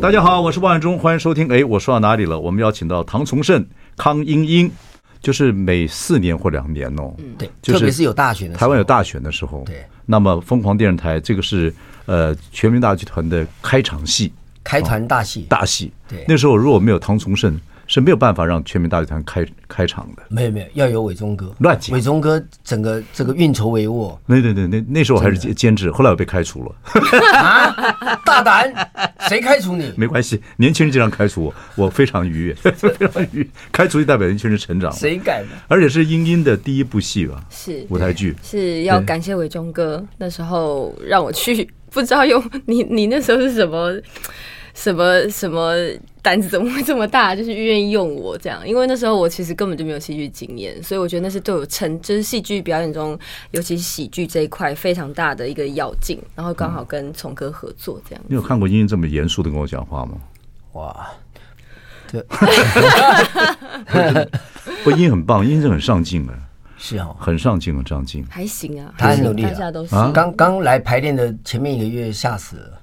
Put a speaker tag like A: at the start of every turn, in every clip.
A: 大家好，我是万忠，欢迎收听。哎，我说到哪里了？我们邀请到唐崇盛、康英英，就是每四年或两年哦，
B: 嗯对，
A: 就是
B: 特别是有大选的时
A: 台
B: 候，
A: 湾有大选的时候，
B: 对，
A: 那么疯狂电视台这个是呃全民大剧团的开场戏，
B: 开团大戏，
A: 哦大戏。
B: 对
A: 那时候如果没有唐崇盛，是没有办法让全民大剧团开开场的。
B: 没有没有，要有伟忠哥，
A: 乱讲
B: 伟忠哥整个这个运筹帷幄，
A: 那对对，那那时候我还是监监制，后来我被开除了，
B: 啊 大胆，谁开除你？
A: 没关系，年轻人经常开除我，我非常愉悦， 非常愉悦。开除就代表年轻人成长，
B: 谁敢呢？
A: 而且是英英的第一部戏吧，
C: 是
A: 舞台剧。
C: 是要
A: 对
C: 感谢伟忠哥，那时候让我去，不知道用你 你那时候是什么什么什么胆子怎么会这么大，就是愿意用我这样，因为那时候我其实根本就没有戏剧经验，所以我觉得那是对我成就是戏剧表演中，尤其是喜剧这一块非常大的一个要劲，然后刚好跟崇哥合作这样。
A: 你有看过英英这么严肃的跟我讲话吗？
B: 哇，
A: 不，英英很棒，英英是很上进的，
B: 是哦，
A: 很上进，很上进。
C: 还行啊，
B: 他很努力啊
C: 大家都是。
B: 刚刚来排练的前面一个月吓死了，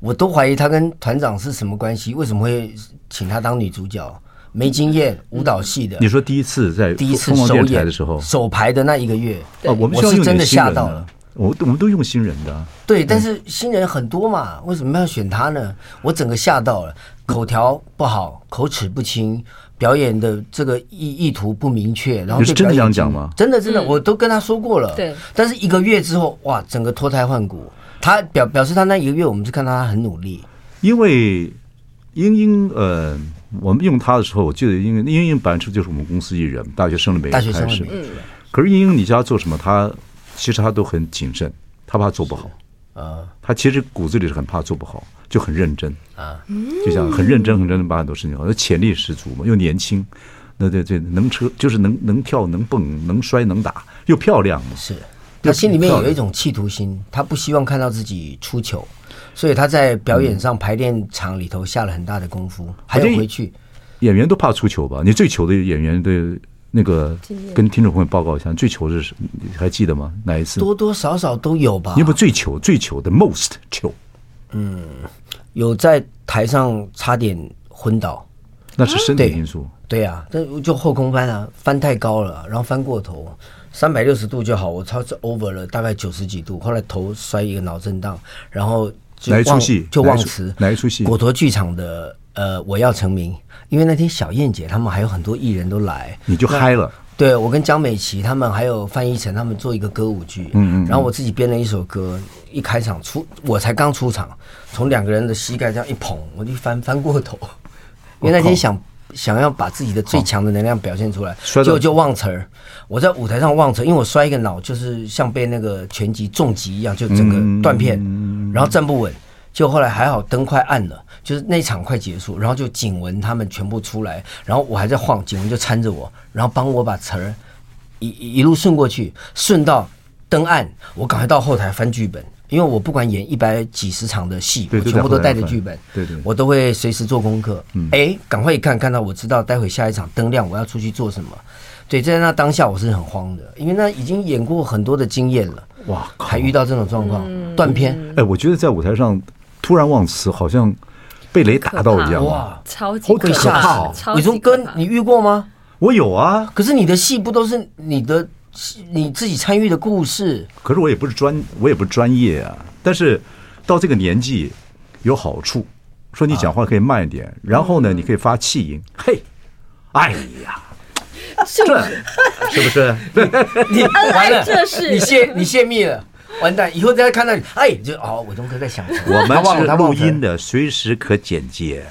B: 我都怀疑他跟团长是什么关系，为什么会请他当女主角？没经验，舞蹈系的
A: 你，说第一次在
B: 第一次
A: 疯狂
B: 首
A: 电视台
B: 演
A: 的时候，
B: 首排的那一个月，
A: 啊，我们
B: 我
A: 需要
B: 是
A: 用
B: 真
A: 点
B: 的
A: 新
B: 吓
A: 人
B: 到
A: 的
B: 了。
A: 我我们都用新人的啊，
B: 对，但是新人很多嘛，为什么要选他呢？我整个吓到了，口条不好，口齿不清，表演的这个意意图不明确，然后
A: 你是
B: 对
A: 真
B: 表
A: 的
B: 演
A: 这样
B: 进
A: 讲吗
B: 真的真的，我都跟他说过了。
C: 对，
B: 但是一个月之后，哇，整个脱胎换骨。他表表示他那一个月，我们是看到他很努力。
A: 因为英英呃，我们用她的时候，我记得英英英英本来是就是我们公司艺人，大学生的美
B: 大学生嗯
A: 开
B: 的
A: 始
B: 美。
A: 可是英英你叫她做什么，她其实她都很谨慎，她怕做不好。
B: 呃，
A: 她其实骨子里是很怕做不好，就很认真
B: 啊，
A: 就想很认真、很认真地把很多事情好，那潜力十足嘛，又年轻，那对对，能车就是能能跳、能蹦、能摔、能打，又漂亮嘛。
B: 是他心里面有一种企图心，他不希望看到自己出糗，所以他在表演
A: 嗯
B: 上排练场里头下了很大的功夫，还
A: 而且
B: 要回去。
A: 演员都怕出糗吧？你最糗的演员的那个
C: 经验，
A: 跟听众朋友报告一下，最糗的是你还记得吗？哪一次？
B: 多多少少都有吧。
A: 你有没有最糗、最糗的 most 糗？
B: 有在台上差点昏倒，
A: 那是身体
B: 对
A: 因素。
B: 对啊，但就后空翻啊，翻太高了，然后翻过头，三百六十度就好，我超是 over 了，大概九十几度，后来头摔一个脑震荡，然后就
A: 哪一
B: 忘
A: 出戏
B: 就
A: 哪一
B: 忘
A: 出
B: 词，
A: 哪一出戏
B: 果陀剧场的呃，我要成名，因为那天小燕姐他们还有很多艺人都来，
A: 你就嗨了，
B: 对，我跟江美琪他们还有范逸臣他们做一个歌舞剧，嗯嗯然后我自己编了一首歌，一开场出我才刚出场，从两个人的膝盖这样一捧，我就翻翻过 头，因为那天想想要把自己的最强的能量表现出来，
A: 摔
B: 结
A: 到
B: 果就忘词儿。我在舞台上忘词儿，因为我摔一个脑，就是像被那个拳击重击一样，就
A: 嗯
B: 整个断片，然后站不稳。就后来还好，灯快暗了，就是那场快结束，然后就景文他们全部出来，然后我还在晃，景文就搀着我，然后帮我把词儿一一一路顺过去，顺到登岸，我赶快到后台翻剧本，因为我不管演一百几十场的戏，
A: 对
B: 我
A: 对
B: 全部
A: 在
B: 都
A: 后台
B: 带着
A: 翻
B: 剧本，
A: 对嗯对
B: 我都会随时做功课。哎，赶快一看，看到我知道待会下一场灯亮，我要出去做什么。对，在那当下我是很慌的，因为那已经演过很多的经验了，
A: 哇靠！
B: 还遇到这种状况，
C: 嗯
B: 断片，
A: 哎，我觉得在舞台上突然忘词，好像被雷打到一样。
B: 哇，
C: 超级
A: 好可
C: 怕
A: 怕哦
C: 超
B: 伟
C: 级
B: 忠
C: 可
B: 哥
C: 怕，
B: 你遇过吗？
A: 我有啊，
B: 可是你的戏不都是你的你自己参与的故事？
A: 可是我也不是专，我也不是专业啊。但是到这个年纪有好处，说你讲话可以慢一点，然后呢，你可以发气音。嘿，哎呀，这是不是？
B: 你完了，
C: 哎这是
B: 你泄你泄密了，完蛋！以后再看到你，哎，你就哦，伟忠哥在想什 么？
A: 我
B: 他
A: 们
B: 忘
A: 是
B: 了他
A: 录
B: 忘了
A: 音的，随时可剪 接。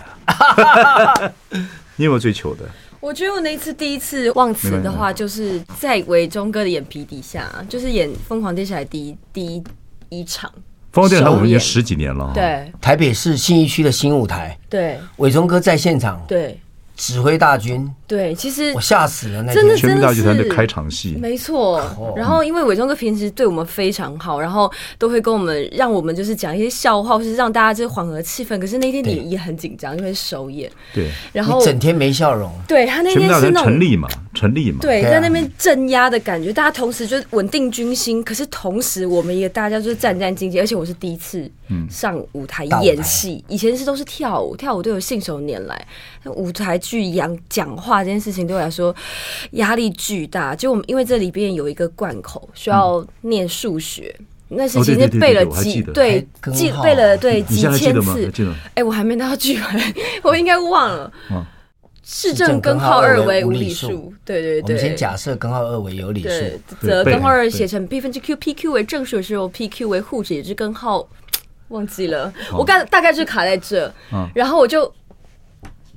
A: 你有没有最糗的？
C: 我觉得我那一次第一次忘词的话，就是在韦忠哥的眼皮底下，就是演《疯狂电视台》第一第一一场。
A: 凤凰电视台我们已经
C: 首演
A: 十几年了
B: 哦
A: 哈。
C: 对
B: 台北市信义区的新舞台，
C: 对
B: 伟忠哥在现场
C: 对
B: 指挥大军，
C: 对，其实
B: 我吓死了那
C: 哎真的
B: 天。
A: 全民大剧团的
C: 真的是
A: 开场戏，
C: 没错，
B: 哦
C: 然后因为伟忠哥平时对我们非常好，然后都会跟我们让我们就是讲一些笑话，或是让大家就是缓和气氛。可是那天你
B: 对
C: 也很紧张，因为是首演，
A: 对，
C: 然后
B: 你整天没笑容，
C: 对他那
A: 全民
C: 天
A: 大
C: 是
A: 剧
C: 那
A: 团成
C: 种。
A: 立嘛，成立嘛，
C: 对，
B: 对啊
C: 在那边镇压的感觉，大家同时就稳定军心，可是同时我们也大家就是战战兢兢，而且我是第一次
A: 嗯
C: 上舞台
B: 大舞台
C: 演戏，以前是都是跳舞，跳舞对我信手拈来，那舞台剧讲讲话这件事情对我来说压力巨大。就我们因为这里边有一个贯口需要念数学，那是
A: 哦
C: 已经
A: 对
C: 是
A: 对对对
C: 背了
A: 对我还
C: 几
A: 记得
C: 对
B: 还
C: 记
B: 更好
C: 背了对
A: 你
C: 几
A: 现在还记
C: 千
A: 得吗？
C: 次
A: 还，记得吗，
C: 哎，我还没拿到剧本，我应该忘了
A: 嗯。
C: 市政根号二为无理
B: 市政根号二为无理
C: 数，对对
B: 我们先
C: 对。
B: 假设根号二为有理
C: 对
B: 数，，
C: 则
A: 对
C: 根号二
A: 对
C: 写成 b 分之 q p q 为正数的时候，p q 为互指，也是根号，忘记了。我大大概就卡在这
A: 嗯，
C: 然后我就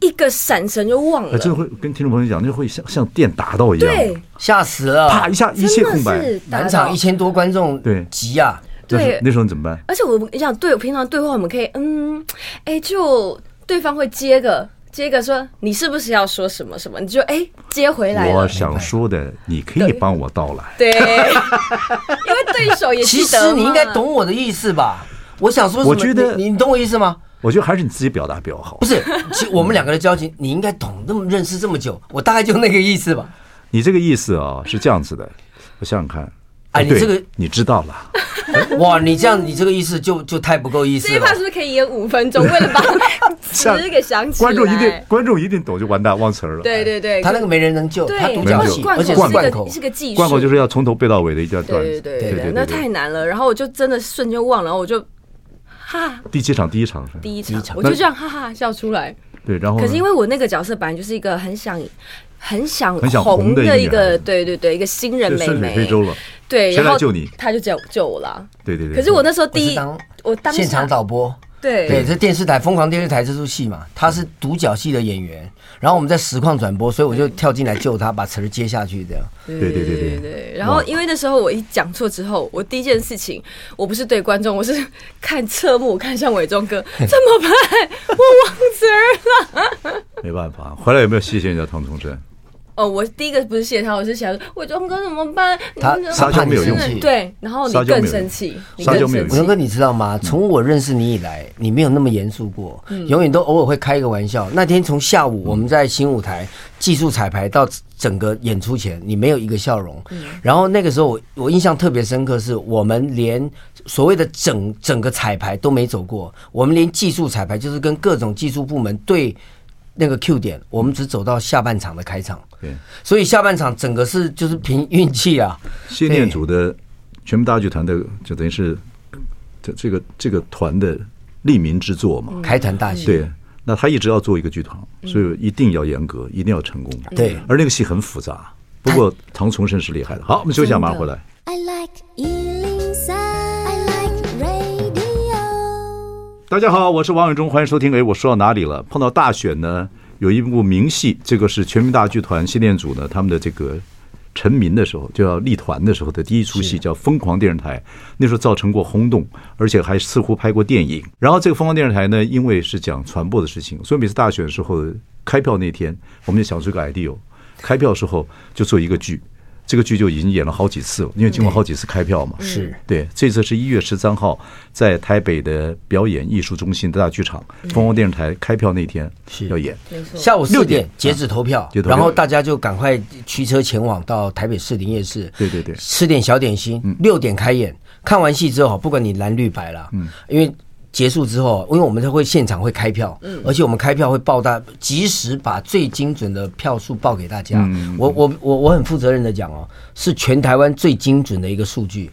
C: 一个闪神就忘
A: 哎，
C: 了
A: 这，会跟听众朋友讲，那会像像电打到一样，
C: 对，
B: 吓死
A: 啪
B: 了！
A: 一下一切
C: 真的
A: 空白。
C: 是打
B: 满
C: 到
B: 场一。千多观众，
A: 对
B: 急啊！
A: 那是
C: 对
A: 那时候你怎么办？
C: 而且我你想对我平常对话，我们可以嗯，哎、就对方会接个接个说你是不是要说什么什么，你就哎、接回来了
A: 我。想说的，你可以帮我道来。
C: 对，因为对手也
B: 其
C: 记
B: 实
C: 得
B: 你应该
C: 嘛。
B: 懂我的意思吧？我想说什么？
A: 我觉得
B: 你你懂我意思吗？
A: 我觉得还是你自己表达比较好
B: 不。是，其实我们两个的交情，你应该懂。那么认识这么久，我大概就那个意思吧。
A: 你这个意思啊，是这样子的，我想想看。
B: 哎你
A: 对
B: 这个
A: 你知道了，
B: 哇，你这样，你这个意思就就太不够意思
C: 这一趴
B: 了
C: 是。不是可以演五分钟？为 了把词给想起来，
A: 观众一定观众一定懂，就完蛋忘词儿了。
C: 对对对，
B: 他那个没人能救，
C: 对
B: 他独
A: 没人
B: 角
A: 救
B: 戏，
C: 贯
B: 而且
A: 口
B: 是
C: 是
B: 贯
C: 一
B: 口
C: 个。是个技术，
A: 贯口就是要从头背到尾的一段段
C: 对对
A: 子。
C: 对
A: 对对，
C: 那太难了。然后我就真的瞬间忘了，然后我就哈
A: 第七场第一场是哦吧
C: 第一
B: 第
C: 场
B: 一场
C: 我就这样哈哈笑出来。
A: 对，然后
C: 可是因
A: 为
C: 为我那个角色本来就是一个很想。很想
A: 很想红
C: 红
A: 的
C: 的
A: 一
C: 一
A: 个女孩
C: 个，
A: 子
C: 对对对，一个新人妹
A: 顺水推
C: 妹，
A: 舟了。
C: 对，
A: 谁来
C: 然后
A: 救你
C: 他就救救我了。
A: 对对对。
C: 可是我那时候第
B: 我是
C: 一
B: 当，
C: 我当
B: 现
C: 场
B: 场导播，
C: 对
B: 对，这电视台《疯狂电视台》这出戏嘛，他是独角戏的演员，然后我们在实况转播，所以我就跳进来救他，把词儿接下去，这样。
C: 对
A: 对对对对
C: 对然后
A: 哇
C: 因为那时候我一讲错之后，我第一件事情我不是对观众，我是看侧幕，我看向 伟忠哥，怎么办？我忘词儿了。
A: 没办法，回来有没有谢谢人家唐崇真？
C: 哦，我第一个不是谢他，我是想说伟忠哥怎么办？
B: 他
C: 你怎么
A: 撒娇嗯没有用
C: 真的对，然后你
A: 撒娇没有
C: 更
A: 用
C: 生气，你
A: 撒
C: 更
A: 娇没有用
B: 文
C: 生气
B: 哥，。你知道
A: 嗯
B: 吗？从我认识你以来，你没有那么严肃过，永远都偶尔会开一个玩笑。那天从下
A: 嗯
B: 午我们在新舞台技术彩排到整个演出前，你没有一个笑容。
A: 嗯
B: 然后那个时候我我印象特别深刻，是我们连所谓的整整个彩排都没走过，我们连技术彩排就是跟各种技术部门对那个 Q 点，我们只走到下半场的开场。
A: 对，
B: 所以下半场整个是就是凭运气啊，
A: 谢念祖的全民大剧团的，就等于是这这个这个团的利民之作嘛。
B: 开坛大
A: 嗯
B: 戏。
A: 对，那他一直要做一个剧团，所以一定要严格，一定要成功。
B: 对
A: 而那个戏很复杂，不过唐崇盛是厉害的。好，我们休息一下，马上回来。
D: I like Ealing Sound. I like radio.
A: 大家好，我是王伟忠，欢迎收听。哎，我说到哪里了？碰到大选呢，有一部名戏，这个是全民大剧团谢念祖呢他们的这个成名的时候，就要立团的时候的第一出戏，叫《疯狂电视台》，那时候造成过轰动，而且还似乎拍过电影。然后这个《疯狂电视台》呢，因为是讲传播的事情，所以每次大选的时候开票那天，我们就想出一个 idea，开票的时候就做一个剧。这个剧就已经演了好几次了，因为经过好几次开票嘛。
B: 是
A: 对，这次是一月十三号在台北的表演艺术中心的大剧场，凤凰电视台开票那天
B: 嗯是
A: 要演。
C: 没错，
B: 下午
A: 六
B: 四
A: 点啊
B: 点截止投票
A: 截止，投票
B: 然后大家就赶快驱车前往到台北市林夜市，
A: 对对对嗯
B: 吃点小点心，六点开演。看完戏之后，不管你蓝绿白啦，
A: 嗯
B: 因为。结束之后，因为我们会现场会开票，而且我们开票会报大，及时把最精准的票数报给大家。
A: 嗯
B: 我我我我很负责任的讲哦，是全台湾最精准的一个数据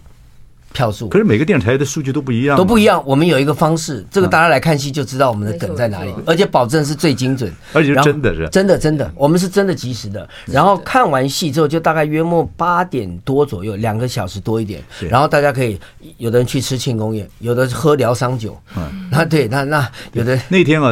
B: 票数。
A: 可是每个电视台的数据都不一
C: 嗯
A: 样，啊
B: 都不一，样。我们有一个方式，这个大家来看戏就知道我们的梗在哪里
C: 没错没，错
B: 而且保证是最精准，
A: 而且是
B: 然后
A: 真的是
B: 真的真的，我们是真的及时的。然后看完戏之后，就大概约莫八点多左右，两个小时多一点，然后大家可以有的人去吃庆功宴，有的喝疗伤酒，
A: 嗯
B: 那对，那那有的
A: 那天啊，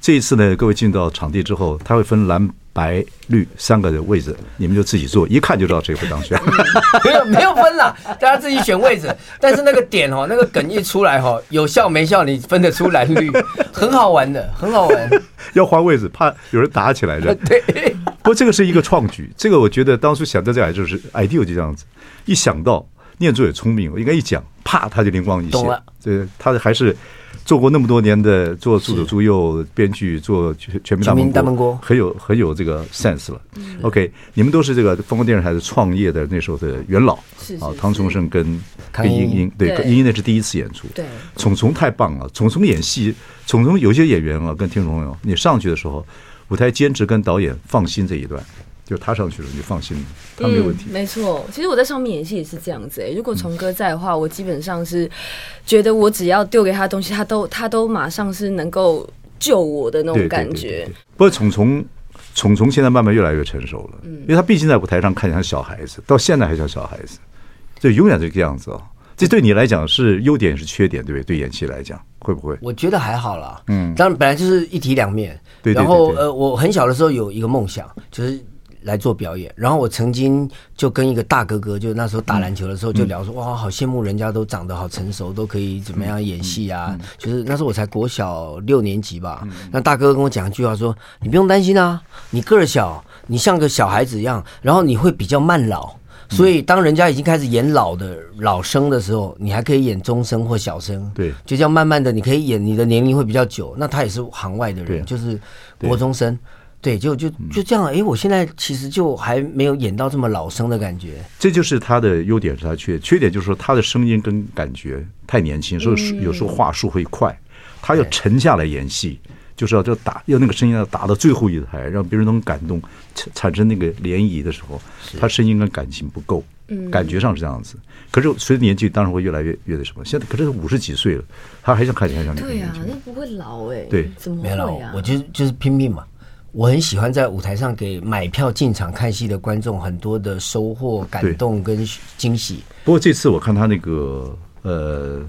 A: 这一次呢，各位进到场地之后，它会分蓝白绿三个的位置，你们就自己坐，一看就知道谁会当 选。
B: 没有没有分啦，大家自己选位置。但是那个点哦，那个梗一出来哦，有效没效你分得出蓝绿，很好玩的，很好 玩。
A: 要换位置，怕有人打起来的。
B: 对，
A: 不过这个是一个创举，这个我觉得当初想到这个就是 idea 就这样子，一想到念珠也聪明，我应该一讲，啪他就灵光一现
B: 懂了。
A: 对，他还是做过那么多年的做助左助右编剧，做全全民
B: 全民
A: 大
B: 大
A: 闷
B: 闷
A: 锅
B: 锅，
A: 很有很有这个 sense 了。OK，你们都是这个风光电视台的创业的那时候的元老
C: 是是
A: 啊，
C: 是
A: 唐崇盛跟
B: 康
A: 跟
B: 英
A: 英英，对，
C: 对
A: 跟英英那是第一次演出，
C: 对
A: 虫虫太棒了，虫虫演戏，虫虫有些演员啊，跟听众朋友，你上去的时候，舞台监制跟导演放心这一段，就是他上去了，你就放心，他没有问题。
C: 嗯。没错，其实我在上面演戏也是这样子、欸。如果虫哥在的话，我基本上是觉得我只要丢给他东西，他都他都马上是能够救我的那
A: 对对
C: 种嗯感
A: 对对
C: 觉
A: 对。不过虫虫，虫虫现在慢慢越来越成熟了，因为他毕竟在舞台上看起来像小孩子，到现在还像小孩子，就永远这个样子啊。这对你来讲是优点是缺点，对不对？对演戏来讲，会不会？
B: 我觉得还好啦。
A: 嗯
B: 当然本来就是一体两面。
A: 对对对
B: 然后
A: 对
B: 呃，我很小的时候有一个梦想，就是。来做表演，然后我曾经就跟一个大哥哥，就那时候打篮球的时候
A: 嗯
B: 就聊说，哇，好羡慕人家都长得好成熟，都可以怎么样演戏啊？
A: 嗯
B: 就是那时候我才国小六年级吧，那大哥跟我讲一句话说，你不用担心啊，你个儿小，你像个小孩子一样，然后你会比较慢老，
A: 嗯
B: 所以当人家已经开始演老的老生的时候，你还可以演中生或小生，
A: 对
B: 就这样慢慢的，你可以演你的年龄会比较久。那他也是行外的
A: 对嗯
B: 人，就是国中生，对，就就就这样。啊诶，我现在其实就还没有演到这么老生的感觉。
A: 这就是他的优点，是他缺缺点，就是说他的声音跟感觉太年轻，所以
C: 嗯
A: 说有时候话术会快，他要沉下来演戏，就是要就打要那个声音要打到最后一台，让别人能感动，产产生那个涟漪的时候，他声音跟感情不够，
C: 嗯
A: 感觉上是这样子。可是随着年纪，当然会越来越越那什么。现在可是五十几岁了，他还像看起来像年
C: 对
A: 轻
C: 呀、
A: 人
C: 啊，那不会老哎、
A: 嗯对
C: 怎么
B: 没
C: 会
B: 有啦，
C: 啊？
B: 我就就是拼命嘛。我很喜欢在舞台上给买票进场看戏的观众很多的收获、
A: 对
B: 感动跟惊喜。
A: 不过这次我看他那个呃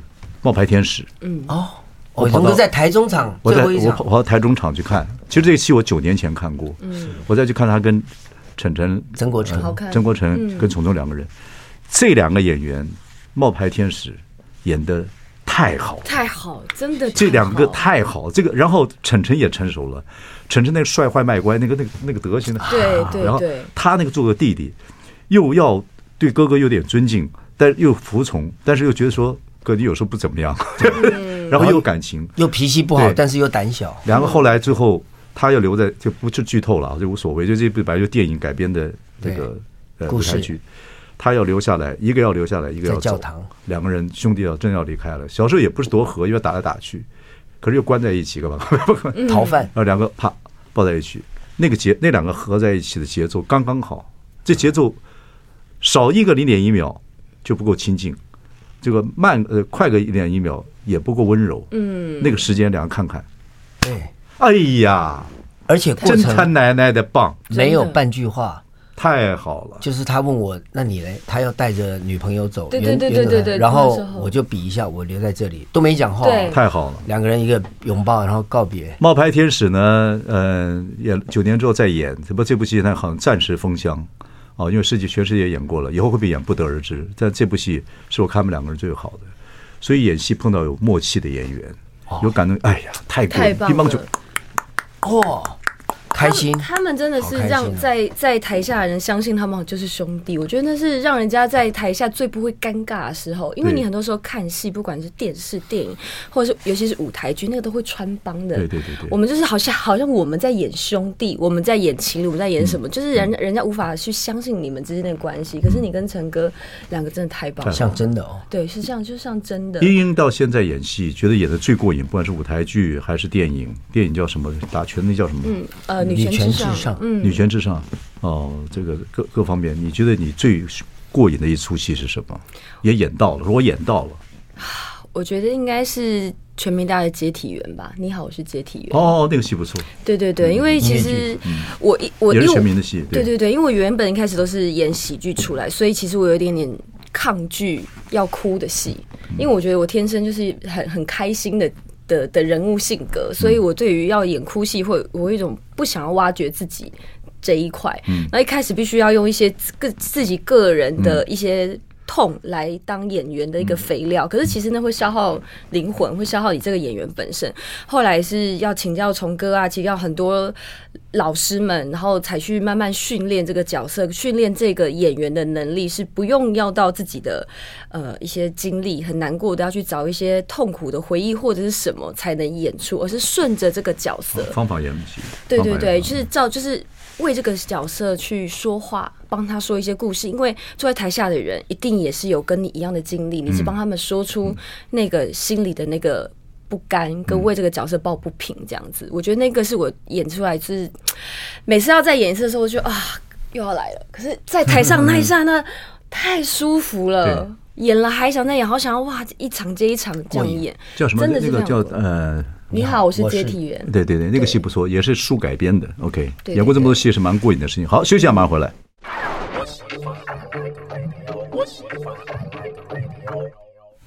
A: 冒牌天使，
B: 哦，
A: 我
B: 我
A: 跑
B: 龙
A: 到
B: 哥在台中场
A: 我
B: 最
A: 在
B: 后一
A: 我
B: 场
A: 跑，跑到台中场去看，其实这个戏我九年前看过，我再去看他跟陈晨、呃
B: 曾国成
C: 嗯好看嗯
A: 曾国成跟虫虫两个人，这两个演员《冒牌天使》演的太好了，
C: 太好，真的
A: 这
C: 太
A: 两个
C: 好
A: 太好，这个然后晨晨也成熟了，晨晨那个帅坏卖乖，那个那个那个德行的，
C: 对
A: 啊
C: 对
A: 然后
C: 对
A: 他那个做个弟弟，又要对哥哥有点尊敬，但又服从，但是又觉得说哥你有时候不怎么样，
C: 嗯
A: 然后又有感情，
B: 又脾气不好
A: 对，
B: 但是又胆小。
A: 然后后来最后他又留在，就不是剧透了啊，就无所谓，就这部本来就电影改编的那个呃
B: 故
A: 舞
B: 事
A: 台剧，他要留下来，一个要留下来，一个要走
B: 在教堂，
A: 两个人兄弟要真要离开了，小时候也不是多和，因为打来打去，可是又关在一起干嘛？
C: 嗯
B: 逃犯
A: 然后两个啪抱在一起，那个节那两个合在一起的节奏刚刚好，这节奏少一个零点一秒就不够亲近，这个慢呃快个一点一秒也不够温柔，嗯，那个时间两个看看，
B: 对，
A: 哎呀，
B: 而且过
A: 真他
B: 程
A: 奶奶的棒，
B: 没有
C: 真的
B: 半句话。
A: 太好了！
B: 就是他问我，那你嘞？他要带着女朋友走，
C: 对
B: 原
C: 对对
B: 原则
C: 对
B: 上
C: 对对
B: 然后
C: 那时候
B: 我就比一下，我留在这里都没讲话哦，
C: 对
A: 太好了。
B: 两个人一个拥抱，然后告别。
A: 冒牌天使呢，呃，演九年之后再演，只不过这部戏呢好像暂时封箱，哦，因为世界全世界演过了，以后会不会演不得而知。但这部戏是我看他们两个人最好的，所以演戏碰到有默契的演员，有感动，哎呀，太过
C: 哦太
A: 瘾
C: 棒
A: 乒乓
C: 了
A: 球，
B: 哦，开心
C: 他们他们真的是
B: 好开心
C: 让
B: 啊
C: 在在台下的人相信他们就是兄弟，我觉得那是让人家在台下最不会尴尬的时候，因为
A: 对
C: 你很多时候看戏，不管是电视、电影，或者是尤其是舞台剧，那个都会穿帮的。
A: 对对对对
C: 我们就是好像好像我们在演兄弟，我们在演情侣，我们在演什么，
A: 嗯
C: 就是人人家无法去相信你们之间的关系。可是你跟陈哥两个真的太棒了，
B: 像真的哦。
C: 对，是这样，就像真的。
A: 英英到现在演戏，觉得演的最过瘾，不管是舞台剧还是电影，电影叫什么？打拳那叫什么？
C: 嗯，呃，女
B: 女
C: 权
B: 权
C: 至
B: 至
C: 上，
B: 上
C: 嗯，
A: 女权至上，哦，这个各各方面，你觉得你最过瘾的一出戏是什么？也演到了，说我演到了，
C: 我觉得应该是全民大的接体员吧。你好，我是接体员。
A: 哦，那个戏不错，
C: 对对对，因为其实我一我
A: 也
C: 因
A: 是
C: 为
A: 全民
C: 我
A: 的戏，
C: 对对对，因为我原本一开始都是演喜剧出来，所以其实我有一点点抗拒要哭的戏，因为我觉得我天生就是很很开心的。的的人物性格，所以我对于要演哭戏会，我有一种不想要挖掘自己这一块。那一开始必须要用一些自个自己个人的一些。痛来当演员的一个肥料，可是其实那会消耗灵魂，会消耗你这个演员本身。后来是要请教虫哥啊，请教很多老师们，然后才去慢慢训练这个角色，训练这个演员的能力，是不用要到自己的呃一些经历很难过的，要去找一些痛苦的回忆或者是什么才能演出，而是顺着这个角色。
A: 方法也不行。
C: 对
A: 方法
C: 对
A: 也
C: 对，
A: 不
C: 就
A: 行
C: 是照就是为这个角色去说话，帮他说一些故事，因为坐在台下的人一定也是有跟你一样的经
A: 嗯
C: 历，你是帮他们说出那个心里的那个。不
A: 嗯
C: 甘跟为这个角色抱不平这样子，我觉得那个是我演出来就是每次要再演一次的时候，我就啊又要来了。可是，在台 上那一刹那太舒服了，演了还想再演，好想要哇一场接一场这样演。
A: 叫什么？
C: 真的
A: 那
C: 是
A: 个
C: 这
A: 叫
C: 样
A: 呃，
C: 你好，我是
B: 我是
C: 接替员。
A: 对对对，那个戏不错，也是书改编的。OK，
C: 对对
A: 演过这么多戏是蛮过瘾的事情。好，休息一下，马上回来。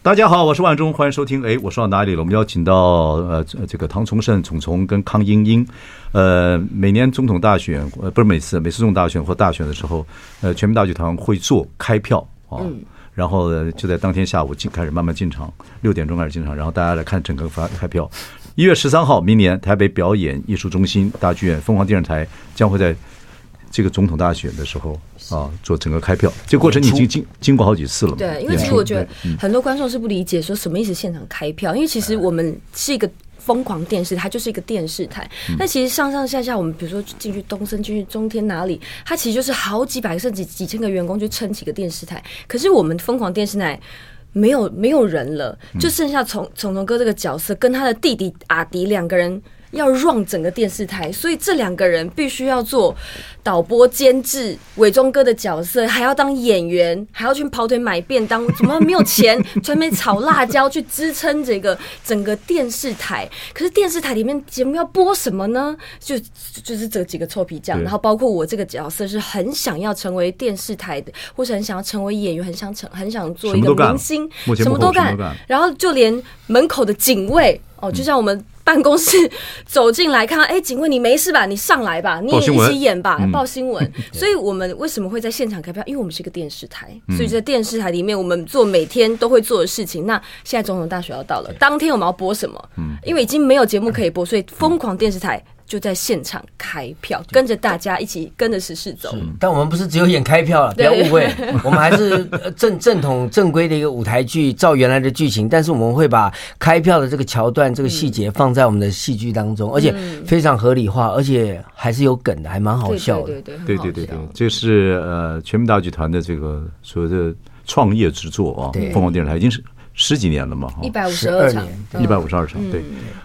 A: 大家好，我是万忠，欢迎收听。哎，我说到哪里了？我们邀请到呃这这个唐崇盛、虫虫跟康英英，呃，每年总统大选呃不是每次，每次总统大选或大选的时候，呃，全民大剧团会做开票啊。
C: 嗯
A: 然后呃就在当天下午进开始慢慢进场，六点钟开始进场，然后大家来看整个发开票。一月十三号，明年台北表演艺术中心大剧院凤凰电视台将会在这个总统大选的时候啊做整个开票。这个过程你已经经经过好几次了嘛？嗯
C: 对，因为
A: 演
C: 其实
A: 出
C: 我觉得
A: 对
C: 很多观众是不理解说什么意思现场开票，因为其实我们是一个。疯狂电视台就是一个电视台，
A: 嗯
C: 那其实上上下下，我们比如说进去东森、进去中天哪里，它其实就是好几百甚至几千个员工去撑起一个电视台。可是我们疯狂电视台没有没有人了，就剩下虫虫虫哥这个角色跟他的弟弟阿迪两个人要 run 整个电视台，所以这两个人必须要做导播、监制、伟忠哥的角色，还要当演员，还要去跑腿买便当，怎么没有钱？ 专门炒辣椒去支撑这个整个电视台。可是电视台里面节目要播什么呢？就就是这几个臭皮匠，
A: 对
C: 然后包括我这个角色是很想要成为电视台的，或是很想要成为演员，很想成很想做
A: 什
C: 一
A: 么
C: 个
A: 都干
C: 明星，
A: 目前
C: 什么
A: 幕后
C: 都
A: 什
C: 干
A: 么都干，嗯
C: 然后就连门口的警卫哦，就像我们办公室走进来看到，哎，警卫你没事吧？你上来吧，你
A: 报
C: 也
A: 新
C: 一
A: 闻
C: 起演吧
A: 嗯，
C: 报 新闻。所以我们为什么会在现场开票？因为我们是一个电视台，
A: 嗯
C: 所以在电视台里面，我们做每天都会做的事情。那现在总统大选要到了，当天我们要播什么？
A: 嗯
C: 因为已经没有节目可以播，所以疯狂电视台。就在现场开票，跟着大家一起跟着时事走。
B: 但我们不是只有演开票了，不要
C: 对
B: 误会， 我们还是呃正正统正规的一个舞台剧，照原来的剧情，但是我们会把开票的这个桥段、这个细
C: 嗯
B: 节放在我们的戏剧当中，而且非常合理化，而且还是有梗的，还蛮好
C: 对
B: 笑
C: 对
B: 的。
C: 对对，很
A: 对
C: 好
A: 对对对
C: 笑，
A: 这是呃全民大剧团的这个所谓的创业之作啊
B: 对，
A: 凤凰电视台已经是哦十几年了嘛，哈，
C: 一百五十
B: 12
C: 二场
B: 年，
C: 嗯
A: 一百五十二场，对。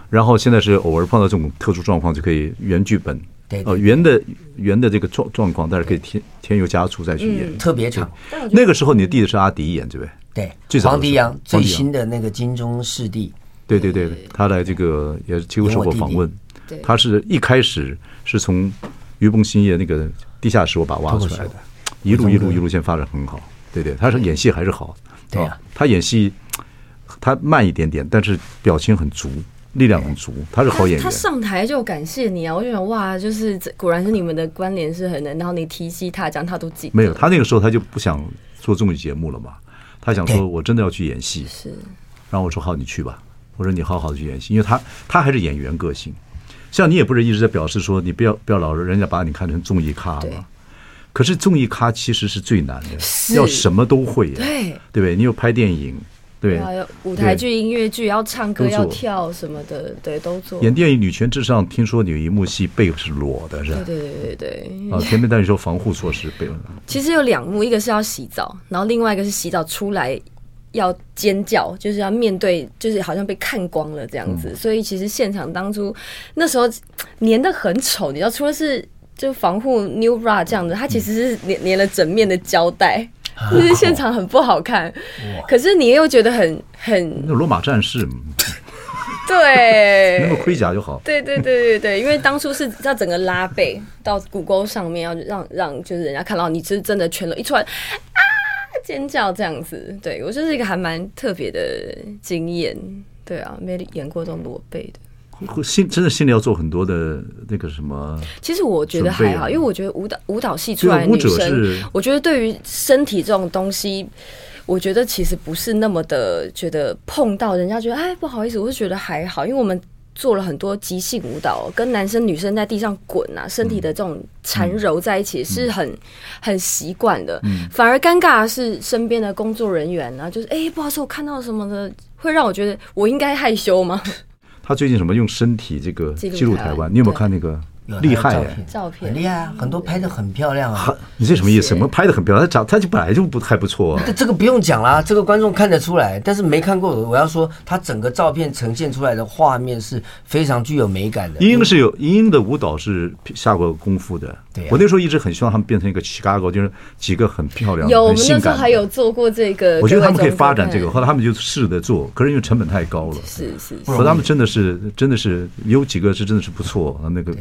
A: 然后现在是偶尔碰到这种特殊状况，就可以原剧本，
B: 对对
A: 呃，原的原的这个状状况，但是可以添添油加醋再去演。
C: 嗯
B: 特别场，
A: 那个时候你的弟弟是阿迪演，对不对？
B: 对，
A: 最早的
B: 黄迪
A: 时候
B: 阳最
A: 黄迪阳
B: 新的那个金钟视帝，
A: 对对对，他来这个也几乎受过访问。
C: 对
A: 他是一开始是从于梦新业那个地下室我把挖出来
B: 脱
A: 的
B: 口秀，
A: 一路一路一路现在发展很好。对对，他是演戏还是好。
B: 对啊
A: 啊，他演戏他慢一点点，但是表情很足，力量很足，他是好演员。
C: 他上台就感谢你啊！我就想哇，就是这果然是你们的关联是很能，然后你提起他讲，他都记得。
A: 没有，他那个时候他就不想做综艺节目了嘛，他想说我真的要去演戏。
C: 是
A: 然后我说好，你去吧。我说你好好的去演戏，因为他他还是演员个性。像你也不是一直在表示说你不要不要老是人家把你看成综艺咖
C: 对
A: 嘛。可是综艺咖其实是最难
C: 是
A: 的，要什么都会呀、
C: 对
A: 对不对？你又拍电影，对，
C: 啊，有舞台剧、音乐剧，要唱歌、
A: 都做
C: 要跳什么的，对，都做。
A: 演
C: 对
A: 电影《女权至上》，听说你有一幕戏背是裸的，是吧？
C: 对对对对，
A: 啊，前面带你说防护措施背，
C: 其实有两幕，一个是要洗澡，然后另外一个是洗澡出来要尖叫，就是要面对，就是好像被看光了这样子。所以其实现场当初那时候嗯粘的很丑，你知道，除了是就防护 New Bra 这样子，它其实是粘粘了整面的胶带。就是现场很不好看，可是你又觉得很很
A: 那罗马战士
C: 对，
A: 那个盔甲就好。
C: 对对对对对，因为当初是要整个拉背到骨沟上面，要让让就是人家看到你是真的全裸一出来啊尖叫这样子。对我就是一个还蛮特别的经验，对啊，没演过这种裸背的。
A: 心真的心里要做很多的那个什么，
C: 其实我觉得
A: 准备
C: 还
A: 啊
C: 好，因为我觉得舞蹈舞蹈系出
A: 这个
C: 来的
A: 舞
C: 女
A: 者
C: 生，
A: 是
C: 我觉得对于身体这种东西，我觉得其实不是那么的觉得碰到人家觉得哎不好意思，我是觉得还好，因为我们。做了很多即兴舞蹈，跟男生女生在地上滚啊，身体的这种缠揉在一起
A: 嗯
C: 是很、很习惯的。反而尴尬的是身边的工作人员啊，就是哎、不好意思，我看到什么的，会让我觉得我应该害羞吗？
A: 他最近什么用身体这个
C: 记录
A: 记录
C: 台
A: 台
C: 湾
A: 湾，你有没有
C: 对
A: 看那个
B: 有
A: 厉
B: 还
A: 害
B: 有
A: 哎？
C: 照片
B: 很厉害啊，很多拍的很漂亮啊
A: 他。你这什么意思？
C: 谢谢
A: 我们拍的很漂亮，他长他就本来就不还不错 啊、
B: 这这个不用讲啦，这个观众看得出来，但是没看过的，我要说，它整个照片呈现出来的画面是非常具有美感的。
A: 英英是有英英的舞蹈是下过功夫的，
B: 对啊呀
A: 我那时候一直很希望他们变成一个 Chicago，就是几个很漂亮、
C: 有，我
A: 啊很
C: 们
A: 性
C: 那
A: 感的。
C: 时候还有做过这个，
A: 我觉得他们可
C: 各位
A: 以发展
C: 观众
A: 这个，
C: 看
A: 后来他们就试着做，可是因为成本太高了。
C: 是是
A: 可
C: 是，
A: 是他们真的是，真的是有几个是真的是不错，那个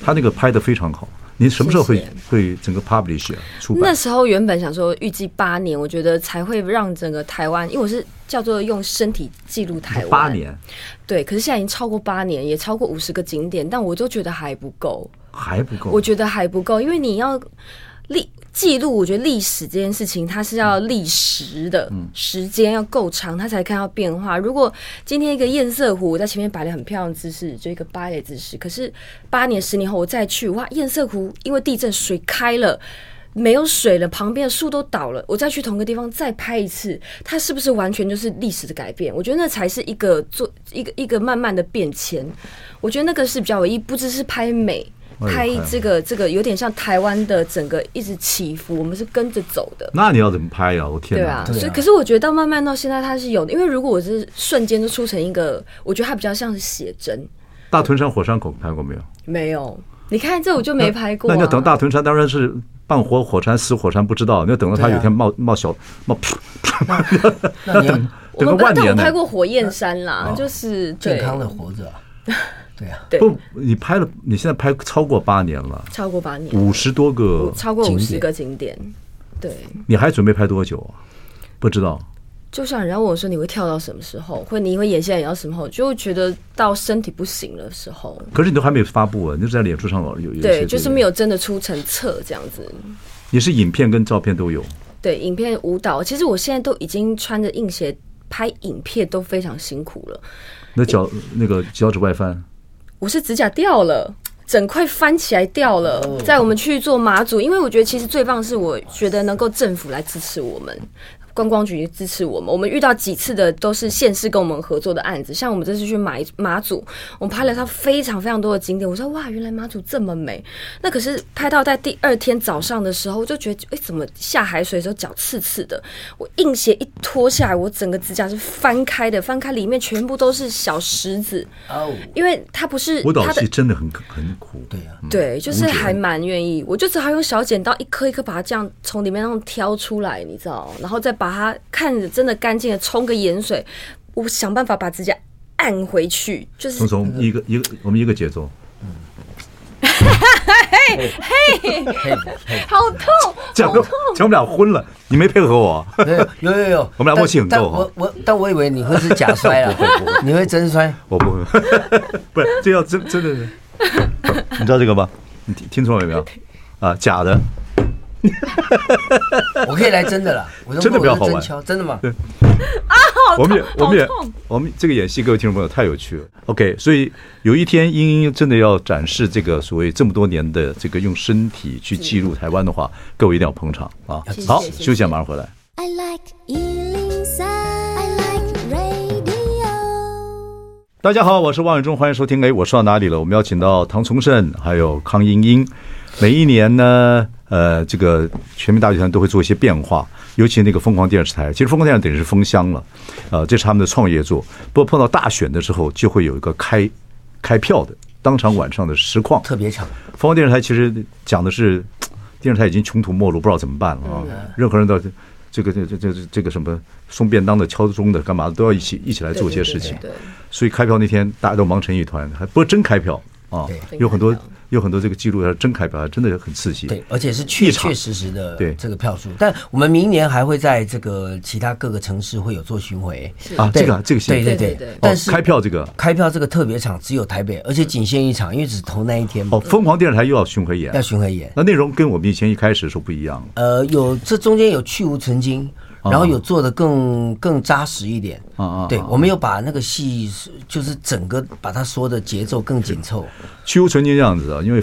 A: 他那个拍的非常好。你什么时候会
C: 谢谢
A: 会整个 publish 啊出
C: 那
A: 版？
C: 时候原本想说预计八年，我觉得才会让整个台湾，因为我是叫做用身体记录台湾，
A: 哦八，年
C: 对，可是现在已经超过八年，也超过五十个景点，但我就觉得还不够，
A: 还不够。
C: 我觉得还不够，因为你要历记录，我觉得历史这件事情它是要历时的，
A: 嗯
C: 时间要够长，它才看到变化。如果今天一个堰塞湖我在前面摆了很漂亮的姿势，就一个芭蕾姿势，可是八年、十年后我再去，哇，堰塞湖因为地震水开了。没有水了，旁边的树都倒了，我再去同个地方再拍一次，它是不是完全就是历史的改变？我觉得那才是一个做 一个一个慢慢的变迁，我觉得那个是比较有意义，不只是拍美，
A: 哎呦
C: 拍
A: 哎呦
C: 这个这个有点像台湾的整个一直起伏，我们是跟着走的。
A: 那你要怎么拍呀、我天
C: 对
A: 哪！
C: 啊，
B: 对啊
C: 所以可是我觉得到慢慢到现在它是有的，因为如果我是瞬间就出成一个，我觉得它比较像是写真，
A: 大屯山火山口拍过没有？
C: 没有。你看这我就没拍过、
A: 那
C: 啊
A: 你要等大屯山，当然是半活火山、死火山不知道，你要等到它有一天冒、冒小冒，
B: 那你要
C: 啊我
A: 等
C: 们
A: 个万
C: 但我
A: 年呢啊
C: 拍。过火焰山啦，就是对
B: 健康的活着啊、对啊，
C: 对，
A: 不，你拍了，你现在拍超过八年了，
C: 超过八年，
A: 五十多个，
C: 超过
B: 景
C: 五
B: 点
C: 十个景点，对。
A: 你还准备拍多久啊？不知道。
C: 就像人家问我说你会跳到什么时候，或你会演戏演到什么时候，就会觉得到身体不行的时候，
A: 可是你都还没有发布啊，你就在脸书上有有一些
C: 对，就是没
A: 有。
C: 有真的出成册这样子。
A: 你是影片跟照片都有，
C: 对，影片舞蹈，其实我现在都已经穿着硬鞋拍影片都非常辛苦了。
A: 那脚那个脚趾外翻，
C: 我是指甲掉了。整块翻起来掉了，在我们去做马祖，因为我觉得其实最棒是，我觉得能够政府来支持我们，观光局支持我们。我们遇到几次的都是县市跟我们合作的案子，像我们这次去马马祖，我们拍了它非常非常多的景点。我说哇，原来马祖这么美。那可是拍到在第二天早上的时候，我就觉得哎、诶怎么下海水的时候脚刺刺的？我硬鞋一脱下来，我整个指甲是翻开的，翻开里面全部都是小石子。
B: 哦，
C: 因为它不是
A: 舞蹈
C: 它的
A: 系真的很很苦。嗯
B: 对啊，
C: 对，就是
A: 无解
C: 还蛮愿意，我就只好用小剪刀一颗一颗把它这样从里面那种挑出来，你知道，然后再把它看着真的干净的冲个盐水，我想办法把指甲按回去，就是
A: 从从一个一个我们一个节奏，
B: 佩服佩服。
C: 好痛。
A: 讲个讲我们俩昏了，你没配合我，
B: 对有有有，
A: 我们俩默契很
B: 但
A: 够啊
B: 但
A: 哈
B: 我我但我以为你会是假摔啊， 你会真摔。
A: 我不会， 不是这要真真的 是，你知道这个吗？你听听错了没有？啊，假的，
B: 我可以来真的啦，我
A: 真的比较好玩
B: 真敲，真的吗？
A: 我们也我们也
C: 好痛
A: 我们这个演戏，各位听众朋友太有趣了。OK，所以有一天英英真的要展示这个所谓这么多年的这个用身体去记录台湾的话，各位一定要捧场啊
C: 谢！谢
A: 好，
C: 谢谢
A: 休息，马上回来。
D: I like Ealing Sound. I like radio.
A: 大家好，我是王伟忠，欢迎收听。哎，我说到哪里了？我们邀请到唐崇盛还有康英英。每一年呢，呃，这个全民大剧团都会做一些变化，尤其那个疯狂电视台。其实疯狂电视台等于是封箱了，呃，这是他们的创业作。不过碰到大选的时候，就会有一个开开票的，当场晚上的实况。
B: 特别长，
A: 凤凰电视台其实讲的是电视台已经穷途末路，不知道怎么办了啊！
C: 嗯
A: 任何人到这个这这这这个什么送便当的、敲钟的、干嘛的，都要一起一起来做些事情
C: 对对对对。
A: 所以开票那天大家都忙成一团，还不是真开票啊
B: 对，
A: 有很多
C: 真开票
A: 有很多这个记录，真开票真的很刺激。
B: 对，而且是确
A: 一场
B: 确实实的
A: 对
B: 这个票数。但我们明年还会在这个其他各个城市会有做巡回，
A: 啊，
B: 对
A: 这个这个行
B: 对对
C: 对对
B: 对
C: 对。
B: 但
A: 哦
B: 是
A: 开票这个
B: 开票这个特别场只有台北，而且仅限一场，因为只投那一天嘛
A: 哦，，疯狂电视台又要巡回演
B: 嗯要，巡回演。
A: 那内容跟我们以前一开始说不一样了。
B: 呃，有这中间有去无存精，
A: 哦
B: 然后有做的更更扎实一点。
A: 啊啊啊
B: 对
A: 啊，
B: 我们又把那个戏是就是整个把它说的节奏更紧凑。
A: 去无曾经这样子啊，因为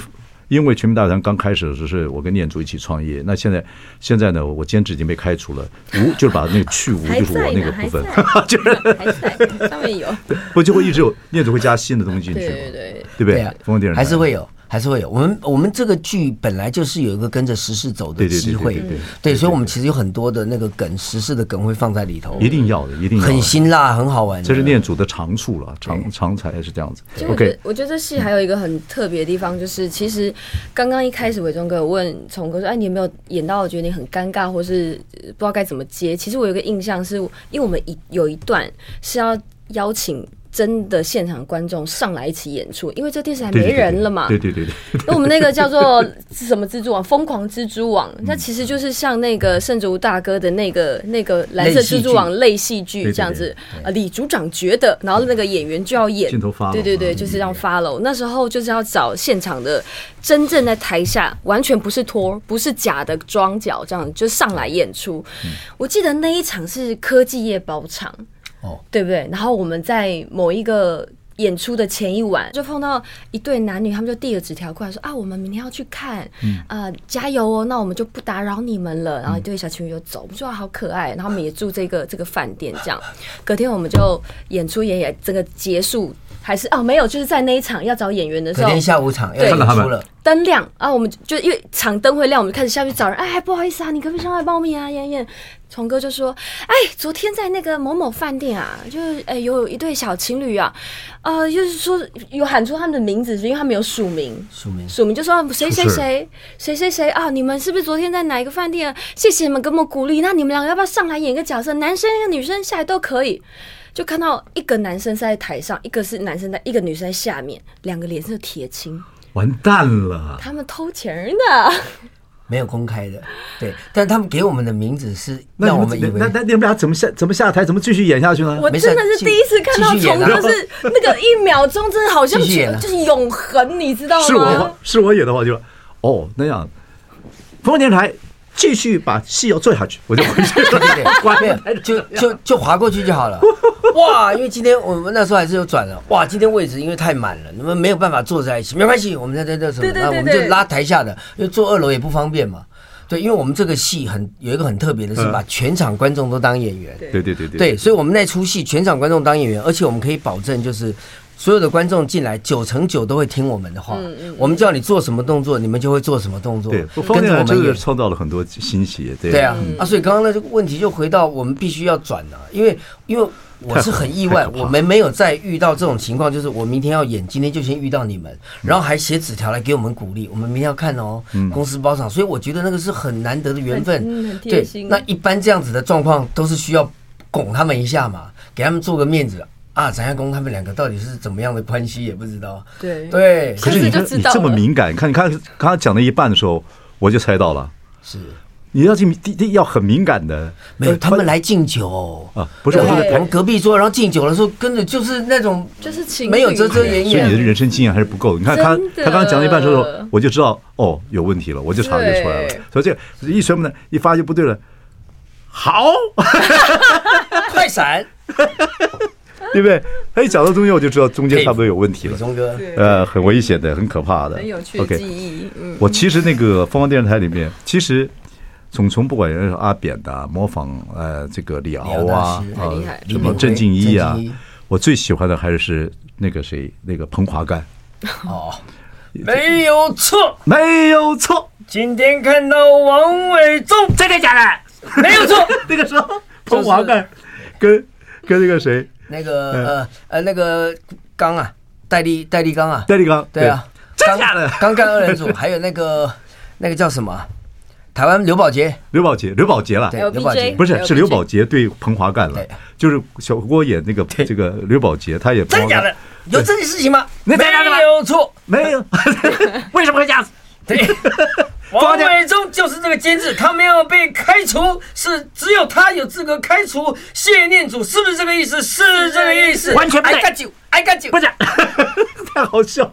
A: 因为全民大团刚开始只是我跟念祖一起创业，那现在现在呢，我兼职已经被开除了，无就是把那个去无
C: 还
A: 就是我
C: 在
A: 那个
C: 呢，
A: 部
C: 还
A: 分
C: 在，， 还在，上面有，
A: 不就会一直有念祖会加新的东西进去
C: 对
A: 嘛，
C: 对对，
A: 对不对？
B: 啊
A: 疯狂电视台
B: 还是会有，还是会有。我们我们这个剧本来就是有一个跟着时事走的
A: 对对对
B: 机会
A: 对对对对，
B: 对，所以我们其实有很多的那个梗，时事的梗会放在里头，
A: 一定要的，一定要的
B: 很辛辣，很好玩的。
A: 这是念祖的长处了，长长才是这样子
C: 其实。我觉得
A: OK，
C: 我觉得这戏还有一个很特别的地方，就是其实刚刚一开始伟忠哥问崇哥说：“哎，你有没有演到我觉得你很尴尬，或是呃不知道该怎么接？”其实我有一个印象是，因为我们一有一段是要邀请真的现场观众上来一起演出，因为这电视台
A: 对
C: 没人了嘛。
A: 对对对对，对
C: 那我们那个叫做什么蜘蛛网，疯狂蜘蛛网，
A: 嗯
C: 那其实就是像那个圣竹大哥的那个那个蓝色蜘蛛网类戏剧这样
A: 对
C: 子。呃，李组长觉得，然后那个演员就要演
A: 镜头发了
C: 对对对，
A: 嗯
C: 就是要 follow。那时候就是要找现场的真正在台下，完全不是托，不是假的装脚，这样就上来演出。
A: 嗯
C: 我记得那一场是科技业包场。
B: 哦，
C: 对不对？然后我们在某一个演出的前一晚，就碰到一对男女，他们就递了纸条过来说啊，我们明天要去看，
B: 嗯
C: 呃，加油哦，那我们就不打扰你们了。然后一对小情侣就走，我们说啊好可爱，然后我们也住这个这个饭店这样。隔天我们就演出演演这个结束，还是哦没有，就是在那一场要找演员的时
B: 隔
C: 候，
B: 天下午场要
C: 对
B: 演
A: 看到他们
B: 出了，
C: 灯亮啊，我们就就因为场灯会亮，我们就开始下去找人。哎，不好意思啊，你可不可以上来帮我们演啊演啊演？虫哥就说：“哎，昨天在那个某某饭店啊，就是哎有一对小情侣啊，呃，就是说有喊出他们的名字，因为他们有署名，
B: 署名
C: 署名就说谁谁谁谁谁谁啊，你们是不是昨天在哪一个饭店、啊？谢谢你们给我们鼓励，那你们两个要不要上来演一个角色？男生跟女生下来都可以。”就看到一个男生是在台上，一个是男生在，一个女生在下面，两个脸色铁青。
A: 完蛋了，
C: 他们偷钱 的，
B: 没有公开的，对，但他们给我们的名字是
A: 那
B: 让我
A: 你们
B: 们以
A: 怎
B: 为
A: 那那你们俩怎么下怎么下台，怎么继续演下去呢？
C: 我
B: 没事
C: 真的是第一次看到
B: 继续
C: 虫
B: 演啊
C: 哥是那个一秒钟，真的好像
B: 继续演啊
C: 就是永恒，你知道
A: 是我的话
C: 吗？
A: 是我演的话就哦那样，疯狂电视台继续把戏要做下去，我就回去 了。
B: 对对对，就就就划过去就好了。哇，因为今天我们那时候还是有转了，哇，今天位置因为太满了，你们没有办法坐在一起，没关系，我们在在这什么，
C: 对对对
B: 那我们
C: 对
B: 就拉台下的，因为坐二楼也不方便嘛。对，因为我们这个戏很有一个很特别的是，
A: 嗯
B: 把全场观众都当演员。
A: 对对对对
B: 对，所以我们那出戏全场观众当演员，而且我们可以保证就是。所有的观众进来，九成九都会听我们的话。
C: 嗯
B: 我们叫你做什么动作，你们就会做什么动作。
A: 对，
B: 跟
A: 疯狂
B: 着
A: 电视台
B: 我们
A: 真
B: 演
A: 的。创造了很多新奇，对
B: 对啊，
C: 嗯
B: 啊，所以刚刚那个问题就回到我们必须要转了、因为因为我是很意外，
A: 太可怕了
B: 我们没有再遇到这种情况，就是我明天要演，今天就先遇到你
A: 嗯
B: 们，然后还写纸条来给我们鼓励，我们明天要看哦，
A: 嗯
B: 公司包场，所以我觉得那个是很难得的缘分，
C: 很嗯很贴
B: 对
C: 心，
B: 那一般这样子的状况都是需要拱他们一下嘛，给他们做个面子。啊，展开公他们两个到底是怎么样的关系也不知道。
C: 对
B: 对，
A: 可是你
C: 下
A: 看
C: 次就
A: 你
C: 知道
A: 这么
C: 了
A: 敏感，看你看刚刚讲到一半的时候，我就猜到了，
B: 是
A: 你要去第第要很敏感的，
B: 没有
A: 呃
B: 他们来敬酒
A: 啊不是
B: 然后
A: 我说
B: 我们隔壁桌，然后敬酒的时候跟着就是那种
C: 就是情侣
B: 没有遮遮
A: 所以
B: 掩
A: 你的
B: 掩，
A: 人生经验还是不够。你看他
C: 真的
A: 他刚刚讲到一半的时候，我就知道哦有问题了，我就察觉出来了
C: 对。
A: 所以这个一宣布呢，一发就不对了。好，
B: 快 闪！
A: 对不对？他一讲到中间，我就知道中
C: 哎
A: 间差不多有问题
B: 伟
A: 了。
B: 忠哥，
A: 呃，很危险的，很可怕的，
C: 很有趣的
A: OK
C: 记忆，嗯，
A: 我其实那个凤凰电视台里面，其实从从不管是阿扁的、模仿呃这个李敖啊
B: 李敖，大
C: 师太厉害了
A: 什么
B: 李炳辉
A: 郑敬一啊
B: 郑敬一，
A: 我最喜欢的还是那个谁，那个彭华干，
B: 哦，没有错，
A: 没有错。
B: 今天看到王伟忠，真的假 的？没有错，
A: 那个时候彭华干跟跟那个谁
B: 那个呃呃那个刚啊，戴立戴立刚啊，
A: 戴立刚，
B: 对啊，，
A: 真假的
B: 刚刚干二人 组，还有那个那个叫什么啊？台湾刘宝杰，
A: 刘宝杰，刘宝杰了，
B: 对
C: LBJ
B: 刘宝杰
A: 不是是刘宝
C: 杰，
A: 杰对彭华干了
B: 对，
A: 就是小郭演那个这个刘宝杰，他也彭华
B: 真假
A: 干
B: 的，有这件事情吗？
A: 那
B: 没
A: 在家干嘛
B: 有错，
A: 没有， 为什么会这样子？
B: 对，王伟忠就是这个监制，他没有被开除，是只有他有资格开除谢念祖，是不是这个意思？是这个意思，
A: 完全不
B: I
A: 对
B: got you, I got you，
A: 不是，太好笑。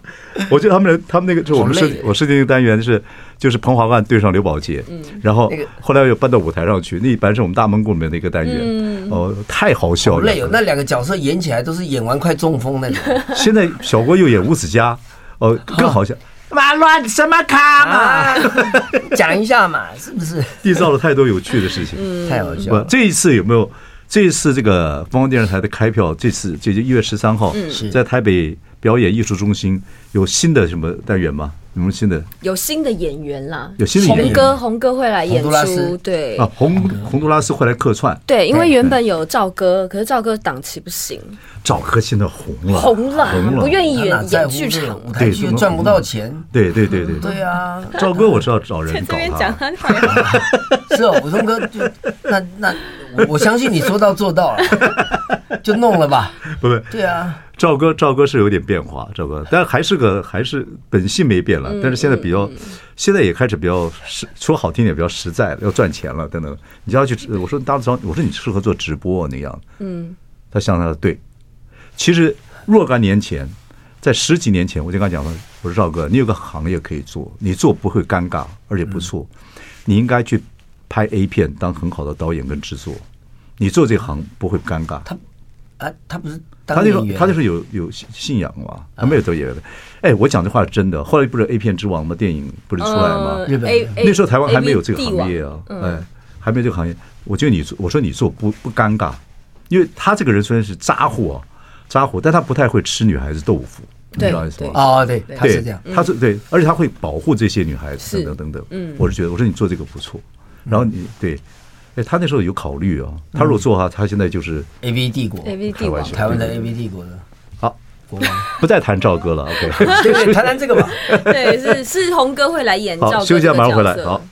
A: 我觉得他们他们那个就我们
B: 好
A: 设
B: 累嗯
A: 我设定一个单元是就是彭华汉对上刘宝杰，然后
B: 那个
A: 后来又搬到舞台上去，那一般是我们大蒙古里面的一个单元，哦，太好笑
B: 嗯好
A: 了。
B: 累哦。那两个角色演起来都是演完快中风 那种
A: 现在小郭又演吴子嘉，哦，更好笑。妈乱什么咖嘛？
B: 啊， 讲一下嘛，是不是？
A: 缔造了太多有趣的事情。
B: 太好笑
A: 不，
B: 了。
A: 这一次有没有？这一次这个中央电视台的开票，这次这就一月十三号，
B: 是
A: 在台北表演艺术中心有新的什么单元吗？有没有新的
C: 有新的演员啦，
A: 有新的演员
C: 红哥，红哥会来演
B: 洪都拉斯
C: 出，对。
A: 啊？洪洪都拉斯会来客串，
C: 对，因为原本有赵哥，可是赵哥档期不行，
A: 赵柯现在红了，
C: 红了，不愿意
B: 他哪
C: 演
B: 在
C: 演
B: 乎
C: 剧
B: 这个
C: 场。
B: 舞台剧
A: 对嗯
B: 赚不到钱？
A: 对对对
C: 嗯
A: 对
B: 对啊，
A: 赵哥我知道找人搞他，
C: 他坏话，
B: 是哦，武松哥就那那我我相信你说到做到了，就弄了吧。
A: 不不，
B: 对啊，
A: 赵哥，赵哥是有点变化，赵哥，但还是个还是本性没变了，但是现在比较，现在也开始比较实，说好听点比较实在了，要赚钱了等等。你叫他去，我说大早，我说你适合做直播那样，嗯，他想他对，其实若干年前，在十几年前，我就跟他讲说，我说赵哥，你有个行业可以做，你做不会尴尬，而且不错，你应该去拍 A 片，当很好的导演跟制作，你做这行不会尴尬。
B: 啊，他不是
A: 他
B: 当
A: 那
B: 演
A: 种
B: 员，
A: 他就是有有信信仰嘛，他没有做演员的。哎，我讲这话是真的。后来不是 A 片之王嘛，电影不是出来嘛？
C: 嗯
B: 日本
C: A- A-
A: 那时候台湾还没有这个
C: AV
A: 行业啊，
C: 嗯
A: 哎，还没有这个行业。我觉得你做，我说你做不不尴尬，因为他这个人虽然是渣货，啊渣货，但他不太会吃女孩子豆腐，你知道意思吗？
B: 哦，对，他
A: 对，
B: 是这样。
A: 他是对，而且他会保护这些女孩子
C: 是
A: 等等等等。嗯，我是觉得，我说你做这个不错，然后你对，哎，他那时候有考虑啊，他如果做的话，他现在就是
B: A V 帝国，
C: AV
A: 开
C: 帝
A: 玩
C: 王
A: 笑，
B: 台湾的 A V 帝国的
A: 好，
B: 国王。
A: 不再谈赵哥了，OK。
B: 对对，谈谈这个吧。
C: 对，是是红哥会来演赵哥
A: 好，
C: 这
A: 休
C: 个
A: 息一下，马上回来
C: 角。色
A: 好，